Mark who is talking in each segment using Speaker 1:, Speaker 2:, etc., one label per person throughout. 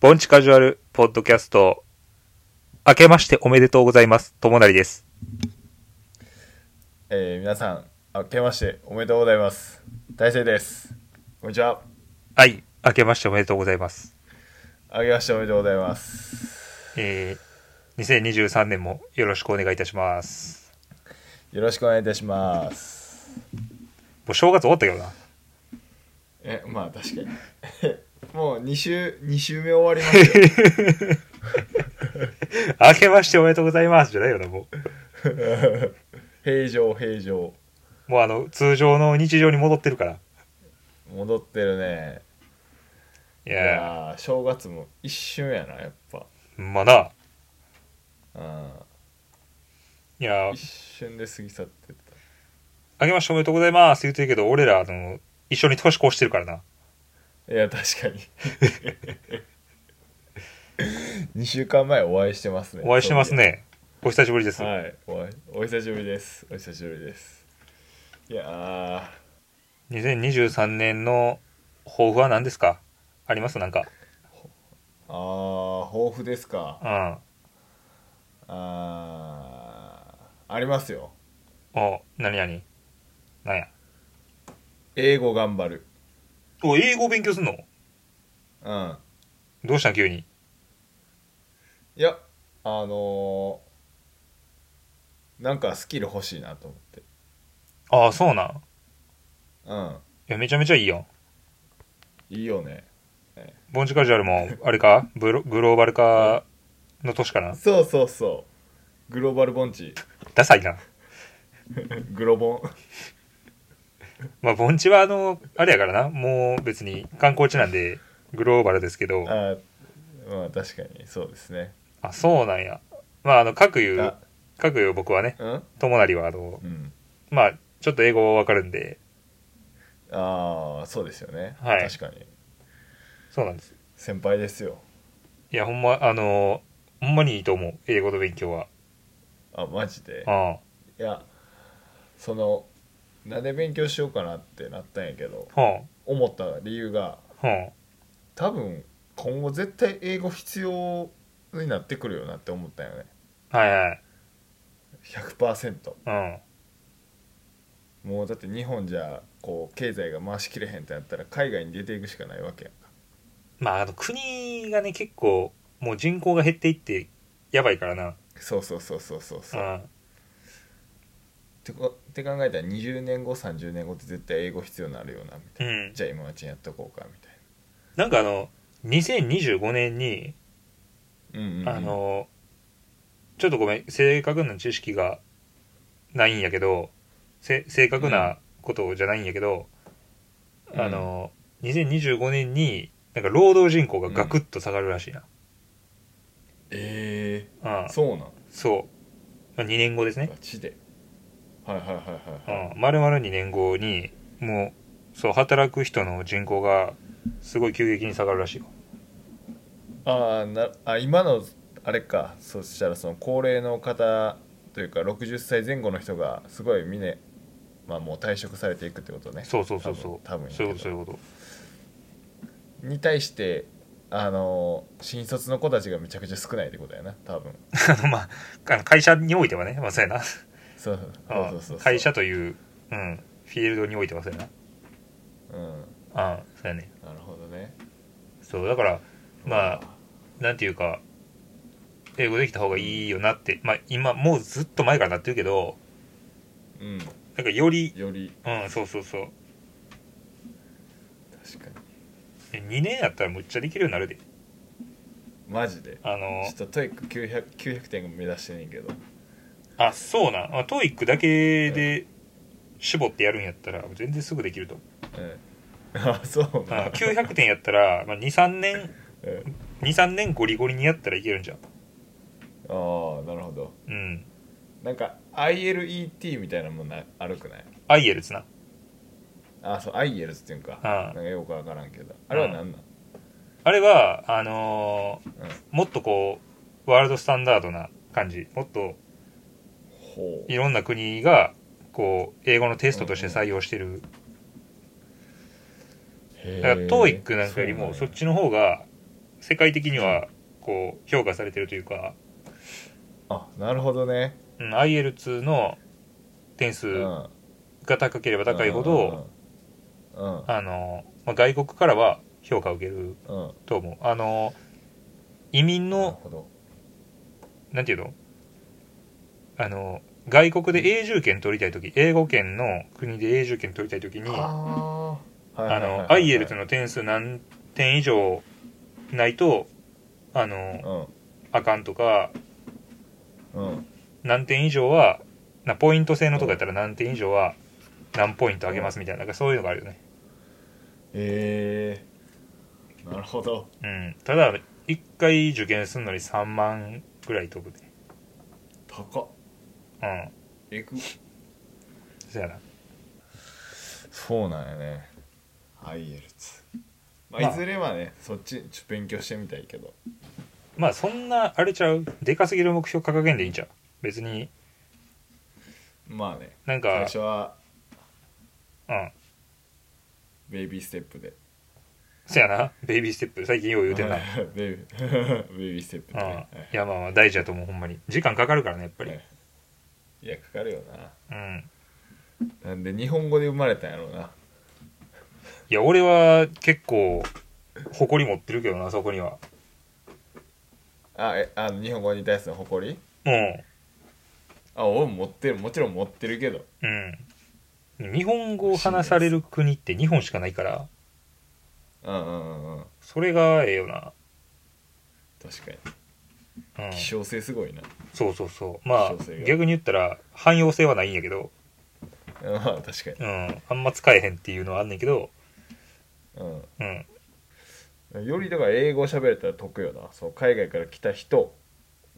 Speaker 1: ボンチカジュアルポッドキャスト、明けましておめでとうございます。ともなりです。
Speaker 2: えー皆さん、明けましておめでとうございます。大成です。こんにちは。
Speaker 1: はい、明けましておめでとうございます。
Speaker 2: 明けましておめでとうございます。
Speaker 1: えー、2023年もよろしくお願いいたします。
Speaker 2: よろしくお願いいたします。
Speaker 1: もう正月終わったけどな。
Speaker 2: え、まあ確かに。 もう2週、2週目終わりましたよ。
Speaker 1: 明けましておめでとうございますじゃないよな、も
Speaker 2: 平常、平常。
Speaker 1: う。もうあの、通常の日常に戻ってるから。
Speaker 2: 戻ってるね。
Speaker 1: い
Speaker 2: い
Speaker 1: や
Speaker 2: やー、正月も一瞬やな、やっぱ。
Speaker 1: ー、まあな、
Speaker 2: う
Speaker 1: いや
Speaker 2: ん。
Speaker 1: ー
Speaker 2: 一、瞬で過ぎ去ってった。
Speaker 1: 明けましておめでとうございます言ってるけど、俺ら、あの、一緒に年越してるからな。
Speaker 2: いや確 かに2週間前お会いしてますね
Speaker 1: お会いしてますね。お久しぶりです。
Speaker 2: そういえばはいお会いお久しぶりですお久しぶりですいや
Speaker 1: 2023年の抱負は何ですかありますなんか。
Speaker 2: ーあー抱負ですか
Speaker 1: うん。
Speaker 2: あーありますよ
Speaker 1: お、なになになんや。
Speaker 2: 英語頑張る
Speaker 1: お、英語勉強すんの
Speaker 2: うん
Speaker 1: どうしたん急に。
Speaker 2: いやあのーなんかスキル欲しいなと思って
Speaker 1: ああ、そうなん。
Speaker 2: うん
Speaker 1: いや、めちゃめちゃいいよ。
Speaker 2: いいよね
Speaker 1: ボンジカジュアルも、あれかブログローバル化の年かな
Speaker 2: そうそうそうグローバルボンチ
Speaker 1: ダサいな。
Speaker 2: グロボン
Speaker 1: まあ、ボンチはあの、あれやからな。もう別に観光地なんで、グローバルですけど。
Speaker 2: あまあ確かにそうですね
Speaker 1: あ、そうなんや。まあ、あの、各言う
Speaker 2: あ、
Speaker 1: 各言う僕はね、
Speaker 2: うん、
Speaker 1: 友成はあの
Speaker 2: う、ん、
Speaker 1: まあ、ちょっと英語わかるんで、
Speaker 2: ああそうですよね、
Speaker 1: はい
Speaker 2: 確かに
Speaker 1: そうなんです。
Speaker 2: 先輩ですよ
Speaker 1: いや、ほんま、あの、ほんまにいいと思う。英語の勉強は。
Speaker 2: あマジで
Speaker 1: うん。
Speaker 2: いやそのなんで勉強しようかなってなったんやけど
Speaker 1: ほん。
Speaker 2: 思った理由が
Speaker 1: ほん。
Speaker 2: 多分今後絶対英語必要になってくるよなって思ったんよね
Speaker 1: はいはい。
Speaker 2: 100%
Speaker 1: うん。
Speaker 2: もうだって日本じゃこう経済が回しきれへんってなったら海外に出ていくしかないわけやんか
Speaker 1: まあ、あの、国がね、結構、もう人口が減っていって、やばいからな。。
Speaker 2: そうそうそうそうそうそううんってこって考えたら20年後30年後って絶対英語必要になるよなみた
Speaker 1: う
Speaker 2: いな、
Speaker 1: ん。
Speaker 2: じゃあ今のうちにやっとこうかみたい
Speaker 1: なんかあの、2025年に、
Speaker 2: な、うんうんうん
Speaker 1: あの、ちょっとごめん、正確な知識がないんやけど、せ正確なことじゃないんやけど、
Speaker 2: うん
Speaker 1: あの、2025年に、なんか労働人口がガクッと下がるらしいな。
Speaker 2: え
Speaker 1: うん。
Speaker 2: ー、そうなん
Speaker 1: そう。まあ、2年後ですね。
Speaker 2: ガチではいはいはいはいはい、
Speaker 1: まるまる2年後にもうそう働く人の人口がすごい急激に下がるらしいよ
Speaker 2: あーなあ今のあれかそしたらその高齢の方というか60歳前後の人がすごいみねまあもう退職されていくってことね
Speaker 1: そうそうそうそう
Speaker 2: 多分多分
Speaker 1: そ
Speaker 2: やけ
Speaker 1: うい
Speaker 2: ど
Speaker 1: うことそういうこと
Speaker 2: に対してあの新卒の子たちがめちゃくちゃ少ないってことやな多分
Speaker 1: あのまああの会社においてはねまあそうやな
Speaker 2: そうそうそうそうそう
Speaker 1: うん会社という、うん、フィールドにおいてはそうや
Speaker 2: うん
Speaker 1: なあそうやね
Speaker 2: なるほどね
Speaker 1: そうだからまあなんていうか英語できた方がいいよなってまあ今もうずっと前からなってるけど
Speaker 2: うん
Speaker 1: なんかより
Speaker 2: より
Speaker 1: うんそうそうそう
Speaker 2: 確かに
Speaker 1: 2年やったらむっちゃできるようになるで
Speaker 2: マジで
Speaker 1: あの
Speaker 2: ちょっとトイック 900, 900点目指してんねんけど
Speaker 1: あそうなんあトイックだけで絞ってやるんやったら全然すぐできると思う
Speaker 2: うんあそうな
Speaker 1: あ900点やったら、まあ、23年
Speaker 2: うん
Speaker 1: 23年ゴリゴリにやったらいけるんじゃん
Speaker 2: ああなるほど
Speaker 1: うん
Speaker 2: なんか ILET みたいなもんなあるくない
Speaker 1: アイエルツな
Speaker 2: あそう IELTS っていうんか
Speaker 1: あ
Speaker 2: なんかよくわからんけどあれは何なん
Speaker 1: あれはあのー
Speaker 2: うん
Speaker 1: もっとこうワールドスタンダードな感じもっと
Speaker 2: ほう
Speaker 1: いろんな国がこう英語のテストとして採用してるだからトーイックなんかよりもそっちの方が世界的にはこう評価されてるというか、
Speaker 2: あなるほどね
Speaker 1: うん、IL2 の点数
Speaker 2: うん
Speaker 1: が高ければ高いほど、
Speaker 2: うん
Speaker 1: あの、まあ、外国からは評価を受ける
Speaker 2: うんうん
Speaker 1: と思う。あの、移民
Speaker 2: なる
Speaker 1: の、
Speaker 2: ほど
Speaker 1: なんていうのあの、外国で永住権取りたいとき、英語圏の国で永住権取りたいときに、あ
Speaker 2: ああはいはいはいはい
Speaker 1: の、IL との点数何点以上ないと、あの、あかんとか、
Speaker 2: うんうん
Speaker 1: 何点以上は、なポイント制のとかやったら何点以上は何ポイントあげますみたいな、なんかそういうのがあるよね。
Speaker 2: えー、なるほど
Speaker 1: うん。ただ、一回受験するのに3万ぐらい飛ぶで。
Speaker 2: 高っ
Speaker 1: うん。
Speaker 2: えぐ
Speaker 1: そやな。
Speaker 2: そうなんやね IELTS ま
Speaker 1: まあ
Speaker 2: あいずれはねそっちちょっと勉強してみたいけど
Speaker 1: まあそんなあれちゃうでかすぎる目標掲げんでいいんちゃう別に
Speaker 2: まあね
Speaker 1: なん
Speaker 2: 最
Speaker 1: か
Speaker 2: 初は
Speaker 1: うん
Speaker 2: ベイビーステップで
Speaker 1: そやなベイビーステップ最近よう言うてんな、う
Speaker 2: ベイビー ベイビーステップ
Speaker 1: ん、
Speaker 2: で、ね
Speaker 1: いやまあまあ大事やと思うほんまに時間かかるからねやっぱり、
Speaker 2: はいいやかかるよな
Speaker 1: うん
Speaker 2: なんで日本語で生まれたんやろうない
Speaker 1: や俺は結構誇り持ってるけどなそこには
Speaker 2: あえあの日本語に対する誇り
Speaker 1: うん
Speaker 2: あ俺も持ってるもちろん持ってるけど
Speaker 1: うん日本語を話される国って日本しかないから
Speaker 2: うんうんうんうん
Speaker 1: それがええよな
Speaker 2: 確かに
Speaker 1: うん
Speaker 2: 希少性すごいな、
Speaker 1: そうそうそうまあ
Speaker 2: 希少性が
Speaker 1: 逆に言ったら汎用性はないんやけど
Speaker 2: うん、まあ確かに
Speaker 1: うんあんま使えへんっていうのはあんねんけど
Speaker 2: うん
Speaker 1: うん
Speaker 2: よりだから英語喋れたら得よなそう海外から来た人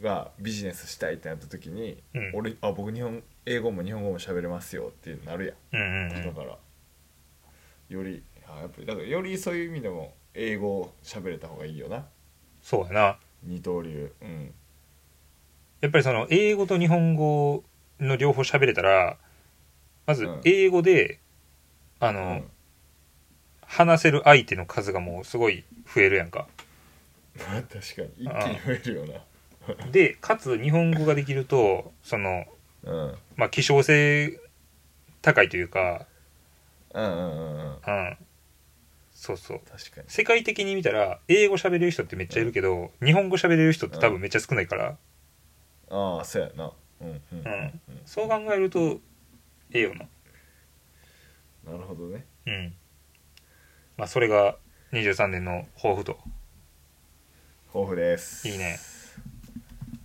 Speaker 2: がビジネスしたいってなった時に、
Speaker 1: うん
Speaker 2: 俺あ僕日本英語も日本語も喋れますよってなる
Speaker 1: うんうんう
Speaker 2: や、
Speaker 1: んん
Speaker 2: だからよりあやっぱりだからよりそういう意味でも英語喋れた方がいいよな
Speaker 1: そうやな
Speaker 2: 二刀流うん
Speaker 1: やっぱりその英語と日本語の両方喋れたらまず
Speaker 2: うん
Speaker 1: 英語で、あの、
Speaker 2: うん
Speaker 1: 話せる相手の数がもうすごい増えるやんか
Speaker 2: まあ確かに一気に増えるよ
Speaker 1: でかつ日本語ができるとその
Speaker 2: なうん
Speaker 1: まあ希少性高いというか、
Speaker 2: うんうんうんうん
Speaker 1: うん、そうそう
Speaker 2: 確かに
Speaker 1: 世界的に見たら英語喋れる人ってめっちゃいるけど、日本語喋れる人って多分めっちゃ少ないから、
Speaker 2: ああそうやなうんうんうん、うん、
Speaker 1: そう考えるとええよな
Speaker 2: なるほどね
Speaker 1: うんまあそれが23年の抱負と
Speaker 2: 抱負です
Speaker 1: いいね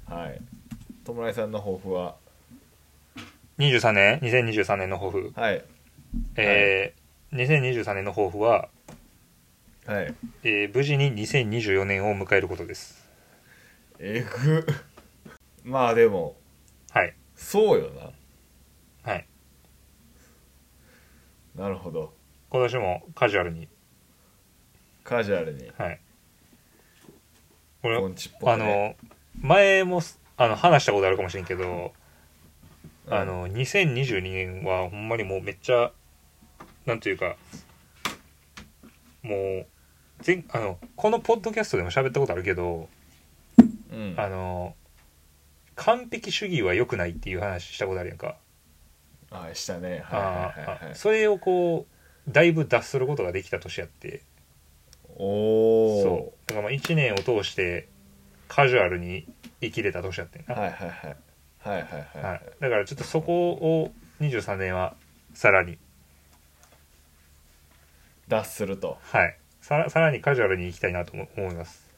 Speaker 2: はい弔いさんの抱負は
Speaker 1: 23年2023年の抱負
Speaker 2: はい
Speaker 1: えー2023年の抱負は、
Speaker 2: はい
Speaker 1: えー無事に2024年を迎えることです
Speaker 2: えぐ まあでも
Speaker 1: はい
Speaker 2: そうよな
Speaker 1: はい
Speaker 2: なるほど
Speaker 1: 今年もカジュアルに
Speaker 2: カジュアルに
Speaker 1: はいこれ、
Speaker 2: ポンチっぽ
Speaker 1: あ
Speaker 2: くね、
Speaker 1: の前もすあの話したことあるかもしれんけど、
Speaker 2: うん
Speaker 1: あの2022年はほんまにもうめっちゃなんていうかもうぜあのこのポッドキャストでも喋ったことあるけど
Speaker 2: うん
Speaker 1: あの完璧主義は良くないっていう話したことあるやんか、
Speaker 2: あしたねはい
Speaker 1: あ
Speaker 2: はいはいは
Speaker 1: ー
Speaker 2: い
Speaker 1: あそれをこうだいぶ脱することができた年やって
Speaker 2: おお
Speaker 1: そうだからまあ1年を通してカジュアルに生きれた年やってんな、
Speaker 2: はいはいはいはいはいは
Speaker 1: はいい、だからちょっとそこを23年はさらに
Speaker 2: 脱すると
Speaker 1: はいさらさらにカジュアルに行きたいなと思思います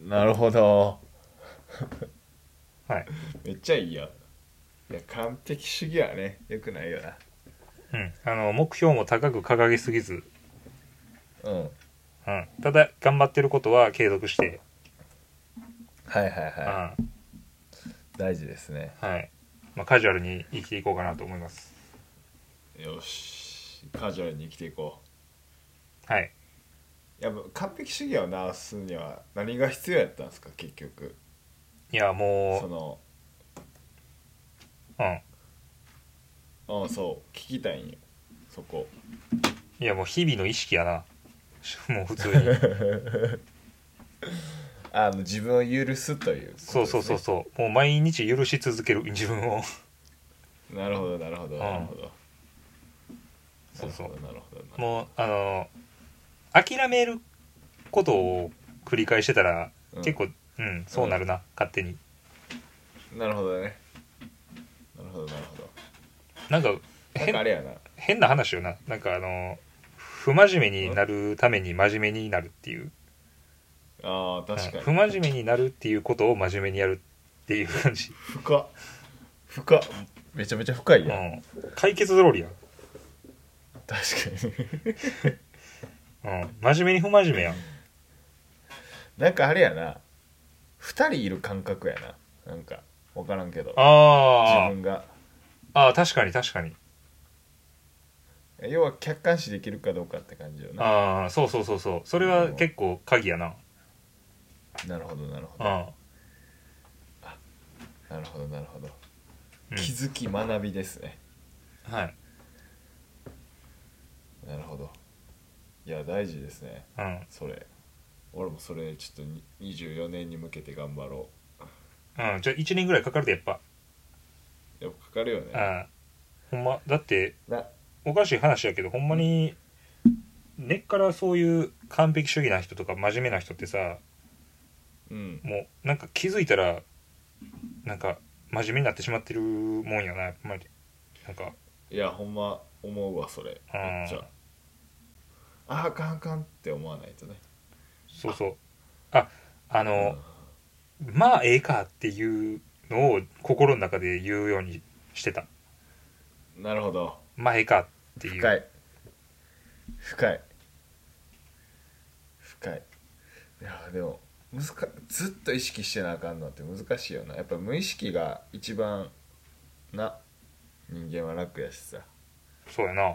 Speaker 2: なるほど
Speaker 1: はい
Speaker 2: めっちゃいいやいや完璧主義はねよくないよな
Speaker 1: うん、あの目標も高く掲げすぎず、
Speaker 2: うん
Speaker 1: うん、ただ頑張ってることは継続して、
Speaker 2: はいはいは
Speaker 1: うん
Speaker 2: い大事ですね
Speaker 1: はいまあ、カジュアルに生きていこうかなと思います
Speaker 2: よしカジュアルに生きていこ
Speaker 1: はい、
Speaker 2: うやっぱ完璧主義を直すには何が必要やったんですか結局
Speaker 1: いや
Speaker 2: そ
Speaker 1: もう、
Speaker 2: の
Speaker 1: うん、
Speaker 2: うんそう聞きたいんよそこ
Speaker 1: いやもう日々の意識やなもう普通に
Speaker 2: あの自分を許すということです
Speaker 1: そう
Speaker 2: ね、
Speaker 1: そうそうそうもう毎日許し続ける自分を
Speaker 2: なるほどなるほど
Speaker 1: ん
Speaker 2: なるほど、
Speaker 1: そうそう
Speaker 2: なるほどなるほど
Speaker 1: もうあの諦めることを繰り返してたら、
Speaker 2: うん
Speaker 1: 結構うんそうなるな、勝手に
Speaker 2: なるほどねなるほどなるほど
Speaker 1: なんか
Speaker 2: なん
Speaker 1: 変
Speaker 2: かあれやな
Speaker 1: 変な話よななんかあの不真面目になるために真面目になるっていう
Speaker 2: あー確
Speaker 1: うん
Speaker 2: か
Speaker 1: 不
Speaker 2: に
Speaker 1: 真面目になるっていうことを真面目にやるっていう感じ、
Speaker 2: 深っ深っめちゃめちゃ深いうやん、
Speaker 1: ん、解決通りやん、
Speaker 2: 確かに
Speaker 1: うん、真面目に不真面目やん
Speaker 2: なんかあれやな2人いる感覚やななんか分からんけど自
Speaker 1: あー
Speaker 2: 分が
Speaker 1: あー確かに確かに
Speaker 2: 要は客観視できるかどうかって感じよな
Speaker 1: ああそうそうそうそうそれは結構鍵やな
Speaker 2: なるほどなるほ
Speaker 1: うん
Speaker 2: どなるほどなるほど、
Speaker 1: うん
Speaker 2: 気づき学びですね
Speaker 1: はい
Speaker 2: なるほどいや大事ですね
Speaker 1: うん
Speaker 2: それ俺もそれちょっとに24年に向けて頑張ろ
Speaker 1: うんじゃあ1年ぐらいかかるでやっぱ
Speaker 2: うやっぱかかるよ
Speaker 1: う
Speaker 2: ね
Speaker 1: んほんまだって
Speaker 2: な
Speaker 1: おかしい話やけどほんまに根っからそういう完璧主義な人とか真面目な人ってさ
Speaker 2: うん
Speaker 1: もうなんか気づいたらなんか真面目になってしまってるもんやなやっぱりなんか
Speaker 2: いやほんま思うわそれ
Speaker 1: うん
Speaker 2: めっちゃああかんあかんって思わないとね
Speaker 1: そうそうああの、まあええかっていうのを心の中で言うようにしてた
Speaker 2: うんなるほど
Speaker 1: まあええかっていう
Speaker 2: 深い深い深いいやでも難かずっと意識してなあかんのって難しいよなやっぱ無意識が一番な人間は楽やしさ、
Speaker 1: そうやな
Speaker 2: うん、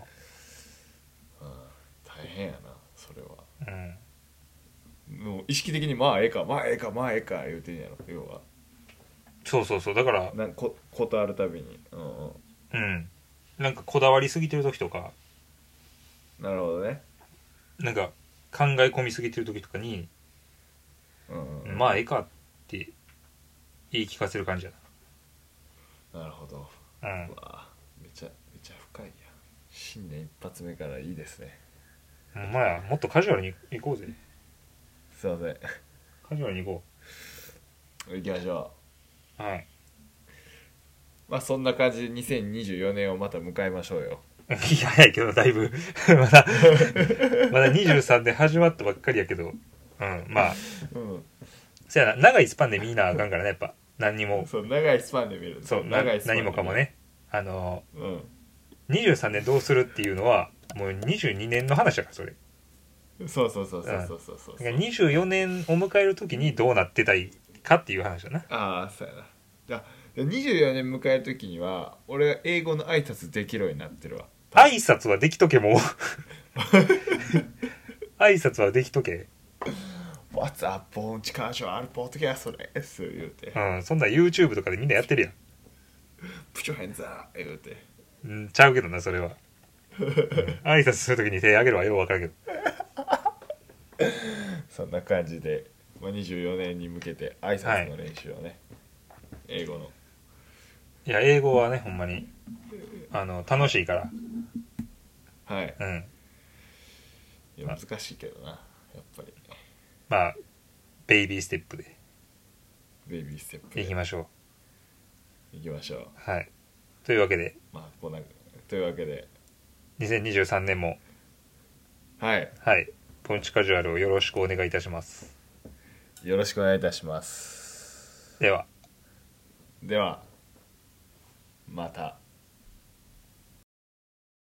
Speaker 2: 大変やなそれは
Speaker 1: うん
Speaker 2: もう意識的にまあええかまあええかまあええか言うてんやろ要は
Speaker 1: そうそうそうだから
Speaker 2: なんこことあるたびにうんうん
Speaker 1: うんなんかこだわりすぎてる時とか
Speaker 2: なるほどね
Speaker 1: なんか考え込みすぎてる時とかに、
Speaker 2: うんうん、
Speaker 1: まあええかって言い聞かせる感じや
Speaker 2: なるほど
Speaker 1: なうん
Speaker 2: うわめちゃめちゃ深いやん新年一発目からいいですね
Speaker 1: ほんまやもっとカジュアルに行こうぜ
Speaker 2: すいません
Speaker 1: カジュアルに行こ
Speaker 2: 行きましょ
Speaker 1: うはいう
Speaker 2: まあそんな感じで2024年をまた迎えましょうよ
Speaker 1: いや早いけどだいぶ まだまだ23で始まったばっかりやけどうんまあ
Speaker 2: うん
Speaker 1: そやな長いスパンで見なあかんからねやっぱ何にも
Speaker 2: そう長いスパンで見る
Speaker 1: そうな
Speaker 2: 長いスパン
Speaker 1: 何
Speaker 2: で見る
Speaker 1: もかもねあの
Speaker 2: うん
Speaker 1: 23年どうするっていうのはもう22年の話だからそれ
Speaker 2: そうそうそうそうそうそうそう
Speaker 1: だから24年を迎える時にどうなってたいかっていう話だな
Speaker 2: ああそうやなじゃあ24年迎える時には俺は英語の挨拶できるようになってるわ
Speaker 1: 挨拶はできとけもう 挨拶はできとけ
Speaker 2: What's up on チカーションアルポートキャストです言うて
Speaker 1: うんそんなん YouTube とかでみんなやってるやん
Speaker 2: プチョヘンザー言うて
Speaker 1: うん、ちゃうけどなそれは、挨拶するときに手あげるはよう分かる
Speaker 2: そんな感じで、まあ、24年に向けて挨拶の練習をね、英語の
Speaker 1: けどいや英語はねほんまにあの楽しいから
Speaker 2: はい
Speaker 1: うん
Speaker 2: いや難しいけどなやっぱり
Speaker 1: まあベイビーステップで
Speaker 2: ベイビーステップ
Speaker 1: いき
Speaker 2: で
Speaker 1: ましょう
Speaker 2: いきましょう
Speaker 1: はいというわけで
Speaker 2: まあこんなというわけで
Speaker 1: 2023年も
Speaker 2: はい
Speaker 1: はいポンチカジュアルをよろしくお願いいたします
Speaker 2: よろしくお願いいたします
Speaker 1: では
Speaker 2: ではまた